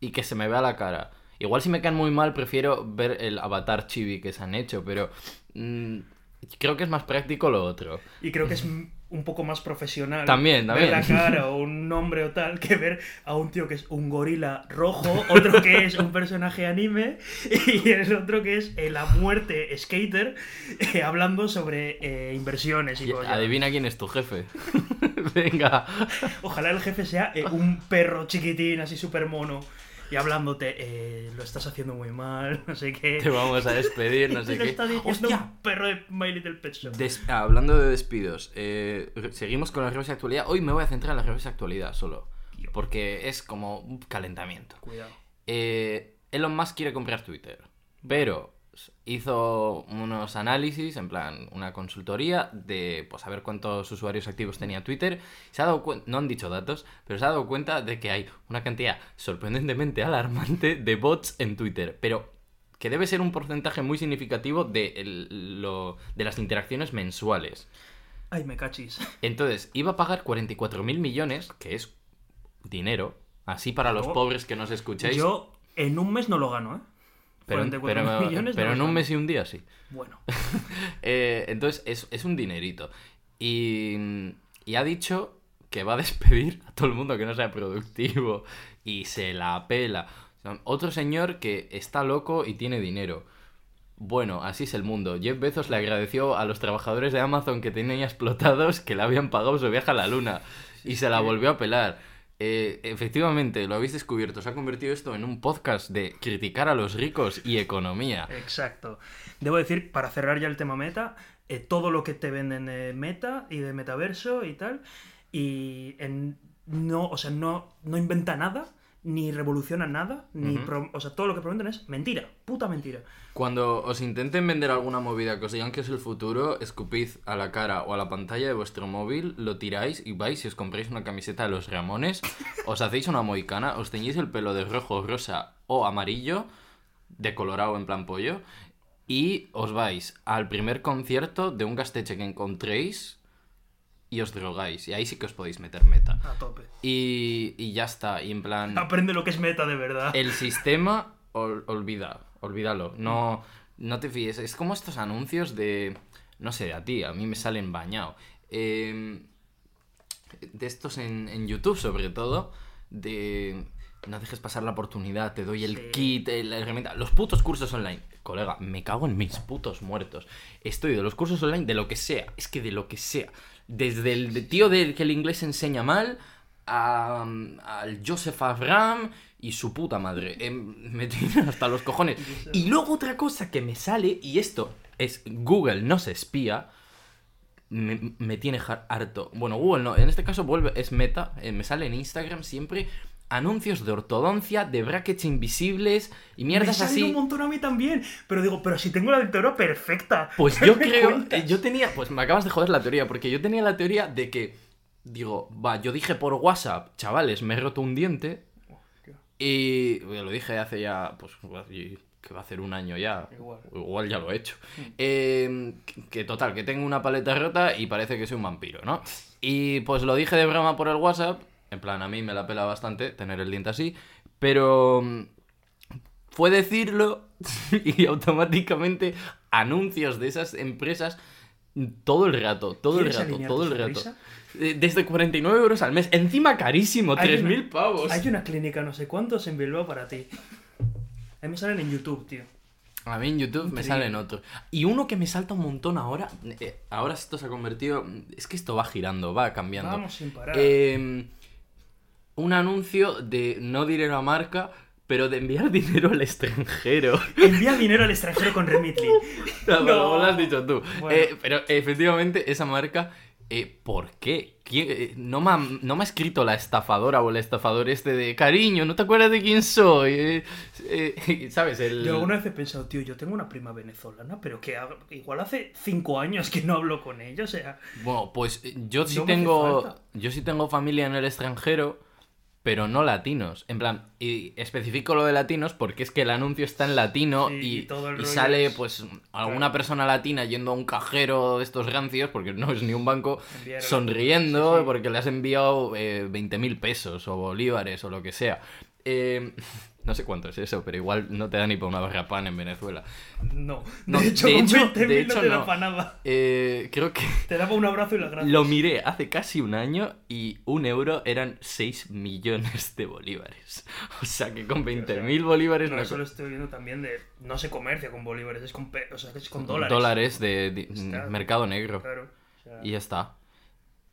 y que se me vea la cara. Igual si me caen muy mal, prefiero ver el avatar chibi que se han hecho, pero mm, creo que es más práctico lo otro.
Y creo que es m- un poco más profesional.
También, también.
Ver la cara o un nombre o tal que ver a un tío que es un gorila rojo, otro que es un personaje anime y el otro que es eh, la muerte skater eh, hablando sobre eh, inversiones y
Y
cosas.
adivina quién es tu jefe. Venga.
Ojalá el jefe sea eh, un perro chiquitín, así súper mono. Y hablándote, eh, lo estás haciendo muy mal, no sé qué.
Te vamos a despedir, no sé
Lo
qué.
está diciendo
¡Hostia!
un perro de My Little Pet Shop.
Des- ah, hablando de despidos, eh, re- seguimos con la revista de actualidad. Hoy me voy a centrar en la revista de actualidad solo, porque es como un calentamiento.
Cuidado.
Eh, Elon Musk quiere comprar Twitter, pero s- hizo unos análisis, en plan, una consultoría de pues, saber cuántos usuarios activos tenía Twitter. Se ha dado cuen- no han dicho datos, pero se ha dado cuenta de que hay una cantidad sorprendentemente alarmante de bots en Twitter, pero que debe ser un porcentaje muy significativo de, el- lo- de las interacciones mensuales.
Ay, me cachis.
Entonces, iba a pagar 44.000 millones, que es dinero, así para los
No.
pobres que nos escucháis.
Yo en un mes no lo gano, ¿eh?
pero,
44
pero-
millones no
pero
lo
en un
gano.
mes y un día sí.
Bueno,
Eh, entonces, es, es un dinerito. Y, y ha dicho que va a despedir a todo el mundo que no sea productivo y se la pela. O sea, otro señor que está loco y tiene dinero. Bueno, así es el mundo. Jeff Bezos le agradeció a los trabajadores de Amazon que tenía explotados que le habían pagado su viaje a la luna y se la volvió a pelar. Eh, efectivamente, lo habéis descubierto. Se ha convertido esto en un podcast de criticar a los ricos y economía.
exacto. Debo decir, para cerrar ya el tema meta, eh, todo lo que te venden de meta y de metaverso y tal, y en- no, o sea, no, no inventa nada, ni revoluciona nada, ni
Ujú.
pro- o sea, todo lo que prometen es mentira, puta mentira.
Cuando os intenten vender alguna movida que os digan que es el futuro, escupid a la cara o a la pantalla de vuestro móvil, lo tiráis y vais y os compráis una camiseta de los Ramones, os hacéis una moicana, os teñís el pelo de rojo, rosa o amarillo, de colorado en plan pollo, y os vais al primer concierto de un gasteche que encontréis y os drogáis. Y ahí sí que os podéis meter meta.
A tope.
Y, y ya está, y en plan...
Aprende lo que es meta de verdad.
El sistema, ol- olvida, olvídalo. No, no te fíes. Es como estos anuncios de. No sé, a ti, a mí me salen bañado. Eh, de estos en, en YouTube, sobre todo, de. No dejes pasar la oportunidad, te doy el
Sí.
kit, el- la herramienta. Los putos cursos online. Colega, me cago en mis putos muertos. Estoy de los cursos online, de lo que sea. Es que de lo que sea. Desde el de- tío del que el inglés enseña mal a- al Joseph Avram y su puta madre. Em, me tienen hasta los cojones. Y luego otra cosa que me sale, y esto es Google no se espía, me, me tiene har- harto. Bueno, Google no, en este caso vuelve, es meta, eh, me sale en Instagram siempre anuncios de ortodoncia, de brackets invisibles y
Me
mierdas
salen
así.
un montón a mí también, pero digo, pero si tengo la lectura perfecta.
Pues
¿qué
yo
me
creo,
cuentas?
eh, yo tenía, pues me acabas de joder la teoría, porque yo tenía la teoría de que, digo, va, yo dije por WhatsApp, chavales, me he roto un diente, y bueno, lo dije hace ya, pues, y- que va a hacer un año ya.
Igual.
ya lo he hecho.
Mm.
Eh, que- que total, que tengo una paleta rota y parece que soy un vampiro, ¿no? Y pues lo dije de broma por el WhatsApp. En plan, a mí me la pela bastante tener el diente así. Pero mm, fue decirlo y automáticamente anuncios de esas empresas todo el rato, todo el
¿Quieres
rato,
alinear
todo
tu
el rato.
sonrisa?
Eh, Desde 49 euros al mes. Encima carísimo,
Hay una-
3.000 pavos.
Hay una clínica no sé cuántos en Bilbao para ti. A mí me salen en YouTube, tío.
A mí en YouTube me salen otros. Y uno que me salta un montón ahora. eh, ahora esto se ha convertido. Es que esto va girando, va cambiando.
Vamos sin parar.
Eh, un anuncio de no diré la marca, pero de enviar dinero al extranjero.
Envía dinero al extranjero con Remitly.
No, pero
No.
lo has dicho tú.
Bueno.
Eh, pero efectivamente, esa marca, eh, ¿por qué? ¿Quién- eh, no, me ha, no me ha escrito la estafadora o el estafador este de cariño, ¿no te acuerdas de quién soy? Eh, eh, ¿Sabes? El...
Yo alguna vez he pensado, tío, yo tengo una prima venezolana, pero que ha- igual hace cinco años que no hablo con ella, o sea...
Bueno, pues eh, yo sí
No me hace
tengo.
falta.
Yo sí tengo familia en el extranjero, pero no latinos. En plan, y especifico lo de latinos porque es que el anuncio está en latino
Sí,
y,
y todo el
y
rollo
sale,
es-
pues, alguna
Claro.
persona latina yendo a un cajero de estos rancios, porque no es ni un banco,
Enviar-
sonriendo
Sí, sí.
porque le has enviado eh, 20 mil pesos o bolívares o lo que sea. Eh, no sé cuánto es eso, pero igual no te da ni para una barra pan en Venezuela.
No, de
No,
hecho,
de
con
hecho-
20.000
de
no
hecho,
te
no.
da para nada.
Eh, creo que.
Te daba un abrazo y las gracias.
Lo miré hace casi un año y un euro eran 6 millones de bolívares. O sea que con 20.000 bolívares
No,
no-
eso lo estoy viendo también de... No se comercia con bolívares, es con, pe- o sea, es con dólares.
dólares. de, de-
Está-
mercado negro.
Claro. o sea,
Y ya está.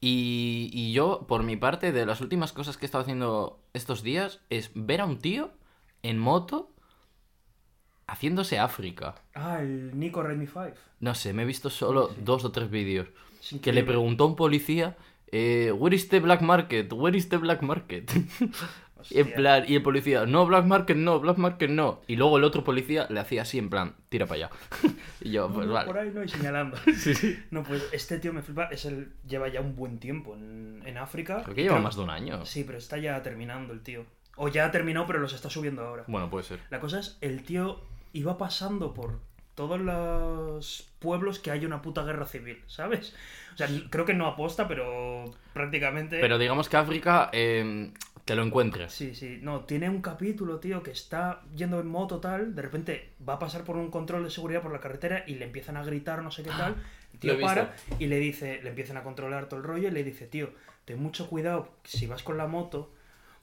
Y, y yo, por mi parte, de las últimas cosas que he estado haciendo estos días es ver a un tío en moto haciéndose África.
Ah, el Nico Redmi 5.
No sé, me he visto solo dos o tres vídeos.
Es
Que le
increíble.
preguntó a un policía, eh, ¿Where is the black market? ¿Where is the black market? en
Hostia.
plan, y el policía, no, black market no, black market no. Y luego el otro policía le hacía así, en plan, tira para allá. y yo, pues
No,
vale.
Por ahí no, y señalando.
Sí, sí.
No, pues este tío me flipa, es el, lleva ya un buen tiempo en, en África.
Creo que lleva más de un año.
Sí, pero está ya terminando el tío. O ya ha terminado, pero los está subiendo ahora.
Bueno, puede ser.
La cosa es, el tío y va pasando por todos los pueblos que hay una puta guerra civil, ¿sabes? O sea, creo que no aposta, pero prácticamente...
Pero digamos que África eh, te lo encuentras.
Sí, sí. No, tiene un capítulo, tío, que está yendo en moto tal, de repente va a pasar por un control de seguridad por la carretera y le empiezan a gritar no sé qué tal. El
Ah, Lo he
tío
visto.
para y le dice, le empiezan a controlar todo el rollo y le dice, tío, ten mucho cuidado si vas con la moto,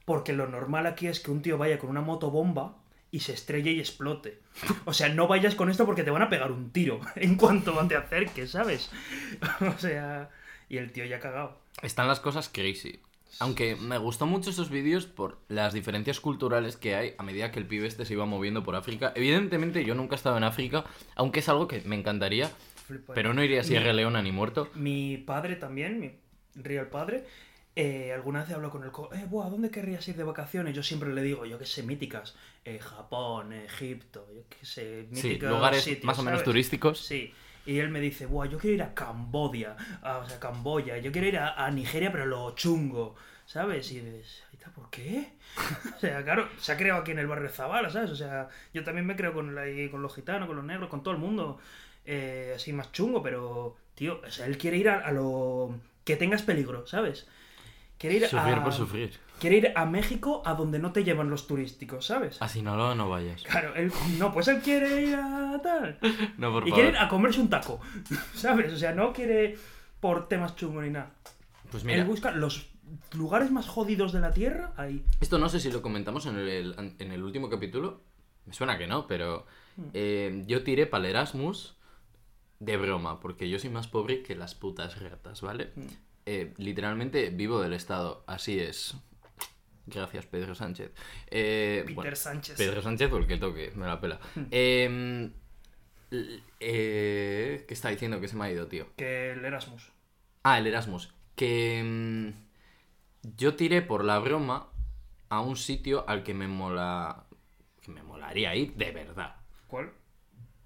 porque lo normal aquí es que un tío vaya con una moto bomba y se estrelle y explote. O sea, no vayas con esto porque te van a pegar un tiro en cuanto te acerques, ¿sabes? O sea, y el tío ya cagado.
Están las cosas crazy. Aunque me gustó mucho esos vídeos por las diferencias culturales que hay a medida que el pibe este se iba moviendo por África. Evidentemente yo nunca he estado en África, aunque es algo que me encantaría,
Flipa.
pero no iría a Sierra Leona ni muerto.
Mi padre también, mi real padre, eh, alguna vez habló con el co eh, buah, ¿a dónde querrías ir de vacaciones? Yo siempre le digo, yo qué sé, míticas, eh, Japón, Egipto, yo qué sé,
Sí,
míticas
lugares
sitios,
más o menos
¿sabes?
turísticos.
Sí. Y él me dice, buah, yo quiero ir a Cambodia, a, o sea, Camboya, yo quiero ir a, a Nigeria, pero lo chungo, ¿sabes? Y dices, "Aita, ¿por qué? o sea, claro, se ha creado aquí en el barrio Zavala, ¿sabes? O sea, yo también me creo con, la- con los gitanos, con los negros, con todo el mundo, eh, así más chungo, pero, tío, o sea, él quiere ir a, a lo que tengas peligro, ¿sabes? Quiere ir
Sufrir
a...
por sufrir.
Quiere ir a México a donde no te llevan los turísticos, ¿sabes?
A Sinaloa no vayas.
Claro, él, no, pues él quiere ir a tal.
No, por
Y
favor.
quiere ir a comerse un taco, ¿sabes? O sea, no quiere por temas chungos ni nada.
Pues mira,
Él busca los lugares más jodidos de la Tierra ahí.
Esto no sé si lo comentamos en el, en el último capítulo. Me suena que no, pero
Hmm.
eh, yo tiré para el Erasmus de broma, porque yo soy más pobre que las putas ratas, ¿vale?
Hmm.
Eh, literalmente vivo del Estado, así es. Gracias, Pedro Sánchez. Eh,
Peter
bueno,
Sánchez. Hmm.
Pedro Sánchez o el que toque, me la pela. Eh, l- eh, ¿Qué está diciendo que se me ha ido, tío?
Que el Erasmus.
Ah, el Erasmus. Que mm, yo tiré por la broma a un sitio al que me mola. que me molaría ir de verdad.
¿Cuál?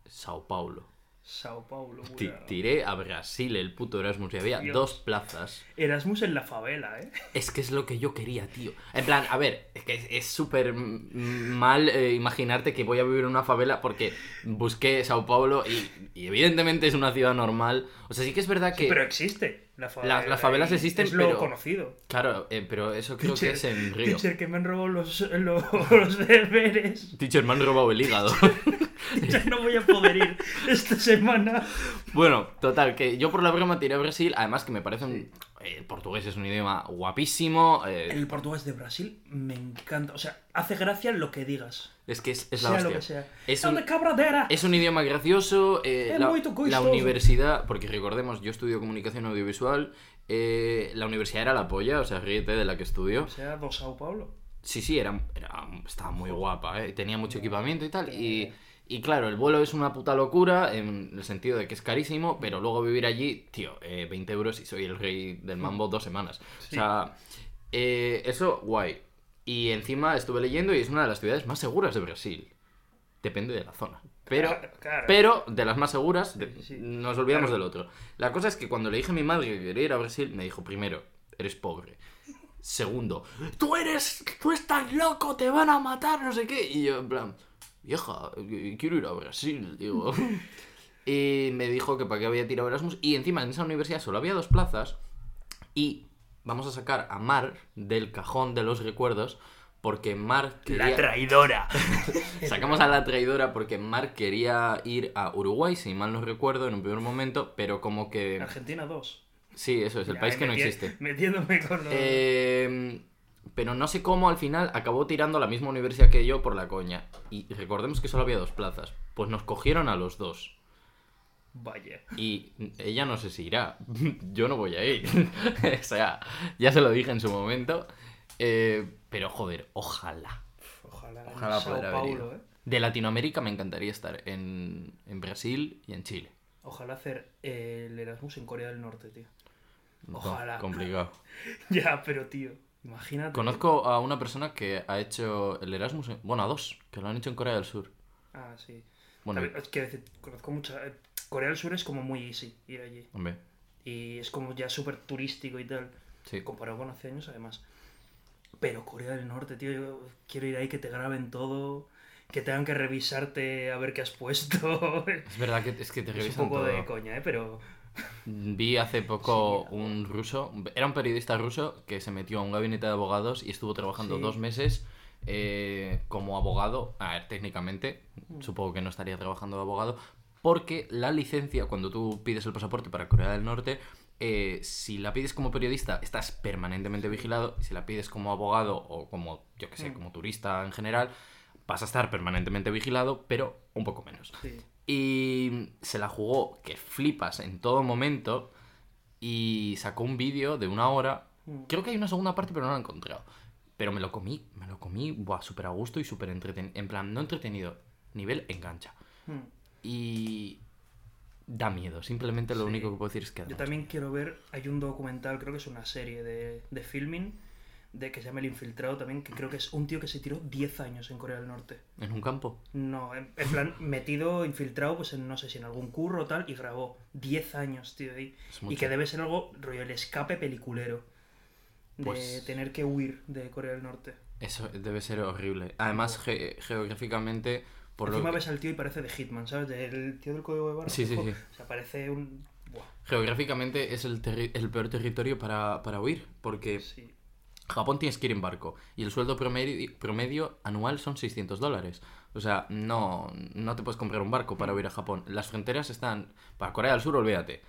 Sao Paulo.
Sao Paulo.
Ti-
buena.
Tiré a Brasil el puto Erasmus y había
Dios.
dos plazas.
Erasmus en la favela, ¿eh?
Es que es lo que yo quería, tío. En plan, a ver, es que es- es súper mm, mal eh, imaginarte que voy a vivir en una favela porque busqué Sao Paulo y, y evidentemente es una ciudad normal. O sea, sí que es verdad que.
Pero existe. La favela
Las- las favelas
ahí.
existen,
Es lo
pero-
conocido.
Claro, eh, pero eso creo que es en Río.
teacher, que me han robado los, los deberes.
Teacher, me han robado el hígado.
Ya no voy a poder ir esta semana.
bueno, total, que yo por la broma tiré a Brasil, además que me parece un... El portugués es un idioma guapísimo. eh,
El portugués de Brasil me encanta. O sea, hace gracia lo que digas.
Es que es, es la
sea lo
hostia.
que sea.
Es
¡Dame
un-
cabradera!
Es un idioma gracioso. eh,
Es
la,
muy gustoso.
la universidad, porque recordemos, yo estudio comunicación audiovisual. eh, la universidad era la polla, o sea, ríete de la que estudio.
O sea, dos Sao Paulo.
Sí, sí, era, era- estaba muy guapa, ¿eh? tenía mucho equipamiento y tal. Y, y claro, el vuelo es una puta locura en el sentido de que es carísimo, pero luego vivir allí, tío, eh, 20 euros y soy el rey del mambo dos semanas. O sea, eh, eso guay. Y encima estuve leyendo y es una de las ciudades más seguras de Brasil. Depende de la zona. Pero,
Claro, claro.
pero de las más seguras, de-
Sí, sí.
nos olvidamos del otro. La cosa es que cuando le dije a mi madre que quería ir a Brasil, me dijo, primero, eres pobre. Segundo, tú eres, tú estás loco, te van a matar, no sé qué. Y yo, en plan, vieja, eh, quiero ir a Brasil, digo. y me dijo que para qué había tirado Erasmus. Y encima en esa universidad solo había dos plazas. Y vamos a sacar a Mar del cajón de los recuerdos. Porque Mar quería...
traidora.
Sacamos a la traidora porque Mark quería ir a Uruguay, si mal no recuerdo, en un primer momento, pero como que...
Argentina 2.
Sí, eso es, el país que no existe.
Metiéndome con los...
Eh, pero no sé cómo al final acabó tirando a la misma universidad que yo por la coña. Y recordemos que solo había dos plazas. Pues nos cogieron a los dos.
Vaya.
Y ella no sé si irá. Yo no voy a ir. o sea, ya se lo dije en su momento. Eh, pero joder, ojalá.
Ojalá. en
Ojalá
Sao
poder haber
Paulo,
ido.
¿eh?
De Latinoamérica me encantaría estar en, en Brasil y en Chile.
Ojalá hacer eh, el Erasmus en Corea del Norte, tío.
No,
Ojalá.
complicado.
ya, pero tío. Imagínate.
Conozco a una persona que ha hecho el Erasmus, en- bueno, a dos, que lo han hecho en Corea del Sur.
Ah, sí.
Bueno.
Bueno. Es que decir, conozco mucha... eh, Corea del Sur es como muy easy ir allí.
Hombre,
Y es como ya súper turístico y tal.
sí.
comparado con hace años además. Pero Corea del Norte, tío, yo quiero ir ahí que te graben todo, que tengan que revisarte a ver qué has puesto.
Es verdad que es que te
es un
revisan
poco
todo.
de coña, ¿eh? Pero
Vi hace poco un ruso, era un periodista ruso que se metió a un gabinete de abogados y estuvo trabajando
Sí.
dos meses eh, como abogado. A ver, técnicamente, supongo que no estaría trabajando de abogado, porque la licencia, cuando tú pides el pasaporte para Corea del Norte, eh, si la pides como periodista, estás permanentemente vigilado. y Si la pides como abogado o como, yo que sé, como turista en general, vas a estar permanentemente vigilado, pero un poco menos.
sí.
Y se la jugó que flipas en todo momento. Y sacó un vídeo de una hora.
Mm.
Creo que hay una segunda parte, pero no la he encontrado. Pero me lo comí, me lo comí, buah, súper a gusto y súper entretenido. En plan, no entretenido, nivel engancha.
Hmm.
Y. da miedo. Simplemente lo único que puedo decir es que. da
Yo
miedo.
también quiero ver, hay un documental, creo que es una serie de, de filming, de que se llama El Infiltrado también, que creo que es un tío que se tiró 10 años en Corea del Norte.
En un campo.
No, en, en plan, metido, infiltrado, pues en, no sé si en algún curro o tal, y grabó 10 años, tío, ahí.
Es
Y
mucho.
que debe ser algo, rollo, el escape peliculero. De
Pues-
tener que huir de Corea del Norte.
Eso debe ser horrible. Además, ge- geográficamente. Por lo
Encima
que-
ves al tío y parece de Hitman, ¿sabes? Del tío del código de barras.
Sí, sí, sí.
O sea, parece un... Buah,
Geográficamente es el, terri- el peor territorio para, para huir. Porque
sí.
Japón tienes que ir en barco y el sueldo promedio, promedio anual son 600 dólares. O sea, no, no te puedes comprar un barco
Mm.
para ir a Japón. Las fronteras están... Para Corea del Sur, olvídate.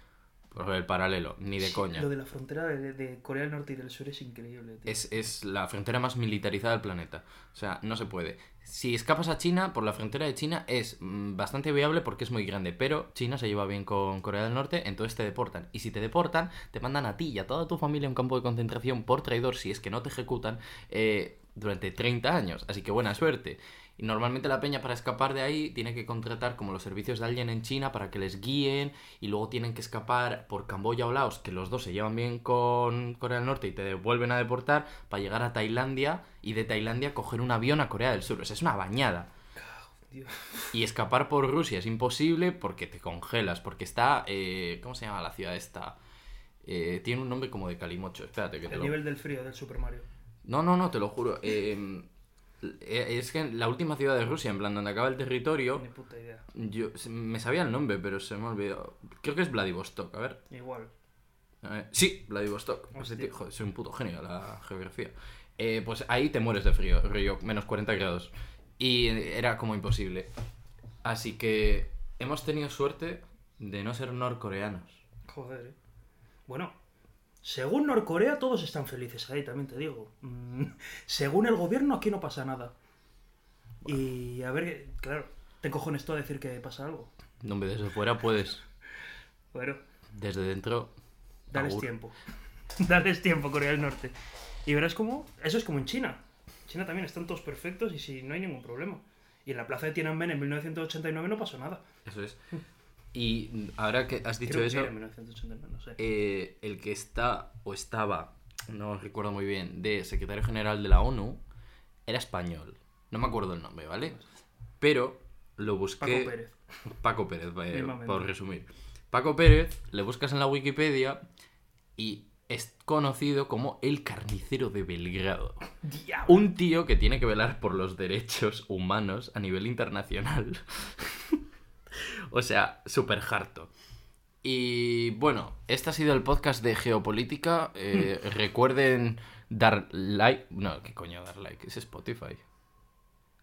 Por el paralelo, ni de
Sí,
coña.
Lo de la frontera de, de Corea del Norte y del Sur es increíble, tío.
Es, es la frontera más militarizada del planeta. O sea, no se puede. Si escapas a China, por la frontera de China es mm, bastante viable porque es muy grande, pero China se lleva bien con Corea del Norte, entonces te deportan. Y si te deportan, te mandan a ti y a toda tu familia a un campo de concentración por traidor si es que no te ejecutan eh, durante 30 años. Así que buena suerte. Y normalmente la peña para escapar de ahí tiene que contratar como los servicios de alguien en China para que les guíen y luego tienen que escapar por Camboya o Laos, que los dos se llevan bien con Corea del Norte y te vuelven a deportar para llegar a Tailandia y de Tailandia coger un avión a Corea del Sur. O sea, es una bañada.
Tío.
Y escapar por Rusia es imposible porque te congelas, porque está... eh, ¿Cómo se llama la ciudad esta? Eh, tiene un nombre como de Calimocho. Espérate que te
El
lo...
nivel del frío del Super Mario.
No, no, no, te lo juro. Eh, eh, es que la última ciudad de Rusia, en plan donde acaba el territorio...
Ni puta idea.
Yo se- me sabía el nombre, pero se me ha olvidado. Creo que es Vladivostok, a ver.
Igual.
A ver, sí, Vladivostok.
Hostia.
Ese tío- joder, soy un puto genio de la geografía. Eh, pues ahí te mueres de frío, rollo, menos 40 grados. Y era como imposible. Así que hemos tenido suerte de no ser norcoreanos.
Joder, eh. Bueno, según Norcorea todos están felices ahí, también te digo. Mm, según el gobierno aquí no pasa nada. Y a ver, claro, te cojones tú a decir que pasa algo.
No, hombre, desde fuera puedes.
Bueno,
Desde dentro.
dales
agur.
tiempo. dales tiempo, Corea del Norte. Y verás cómo... Eso es como en China. En China también están todos perfectos y si no hay ningún problema. Y en la plaza de Tiananmen en 1989 no pasó nada.
Eso es. Y ahora que has dicho
Creo que
eso.
era en 1989, no sé.
eh, el que está o estaba, no recuerdo muy bien, de secretario general de la ONU, era español. No me acuerdo el nombre, ¿vale? Pero lo busqué.
Paco Pérez.
Paco Pérez, eh,
Mismamente.
por resumir. Paco Pérez, le buscas en la Wikipedia y es conocido como el carnicero de Belgrado.
¡Diablo!
Un tío que tiene que velar por los derechos humanos a nivel internacional. o sea, súper harto. Y bueno, este ha sido el podcast de Geopolítica. Eh, recuerden dar like. No, ¿qué coño dar like? Es Spotify.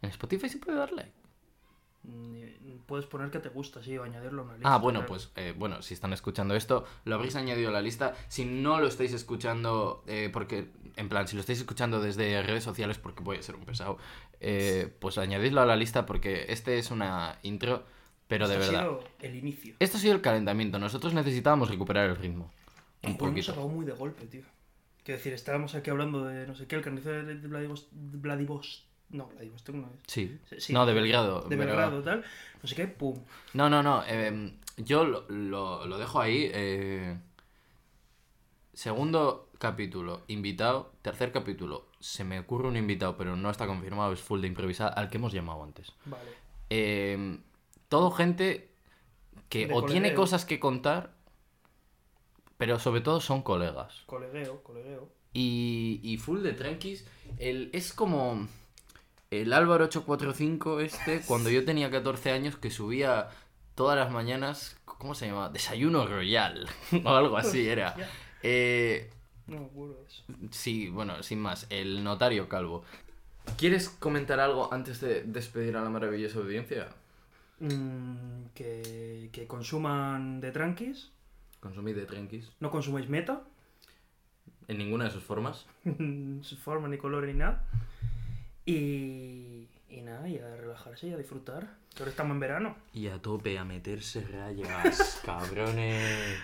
¿En Spotify se puede dar like?
Mm, Puedes poner que te gusta, sí, o añadirlo a una lista.
Ah, bueno,
claro.
pues eh, bueno, si están escuchando esto, lo habréis añadido a la lista. Si no lo estáis escuchando, eh, porque, en plan, si lo estáis escuchando desde redes sociales, porque voy a ser un pesado, eh, pues añadidlo a la lista porque este es una intro, pero de
Este
verdad.
ha sido el inicio.
Esto ha sido el calentamiento. Nosotros necesitábamos recuperar el ritmo. Un
El programa se
poquito.
acabó muy de golpe, tío. Quiero decir, estábamos aquí hablando de no sé qué, el carnicero de Vladivos... Vladivos... No, Vladivostok no es.
Sí.
Sí.
No, de Belgrado.
De
pero-
Belgrado, tal. No sé qué, pum.
No, no, no. eh, yo lo, lo- lo dejo ahí. eh, segundo capítulo, invitado. Tercer capítulo, se me ocurre un invitado, pero no está confirmado, es full de improvisada, al que hemos llamado antes.
Vale.
Eh, todo gente que
De
o tiene
colegueo.
cosas que contar, pero sobre todo son colegas
Colegueo, colegueo.
y, y full de tranquis. El, es como. El Álvaro 845 este, cuando yo tenía 14 años, que subía todas las mañanas, ¿cómo se llamaba? Desayuno Royal, o algo así era. Eh,
No me acuerdo de eso.
sí, bueno, sin más, el notario calvo. ¿Quieres comentar algo antes de despedir a la maravillosa audiencia?
Mm, que, que consuman de tranquis.
Consumid de tranquis.
No consumáis meta.
En ninguna de sus formas.
Sin forma, ni color, ni nada. Y, y nada, y a relajarse y a disfrutar. Que ahora estamos en verano.
Y a tope, a meterse rayas, cabrones.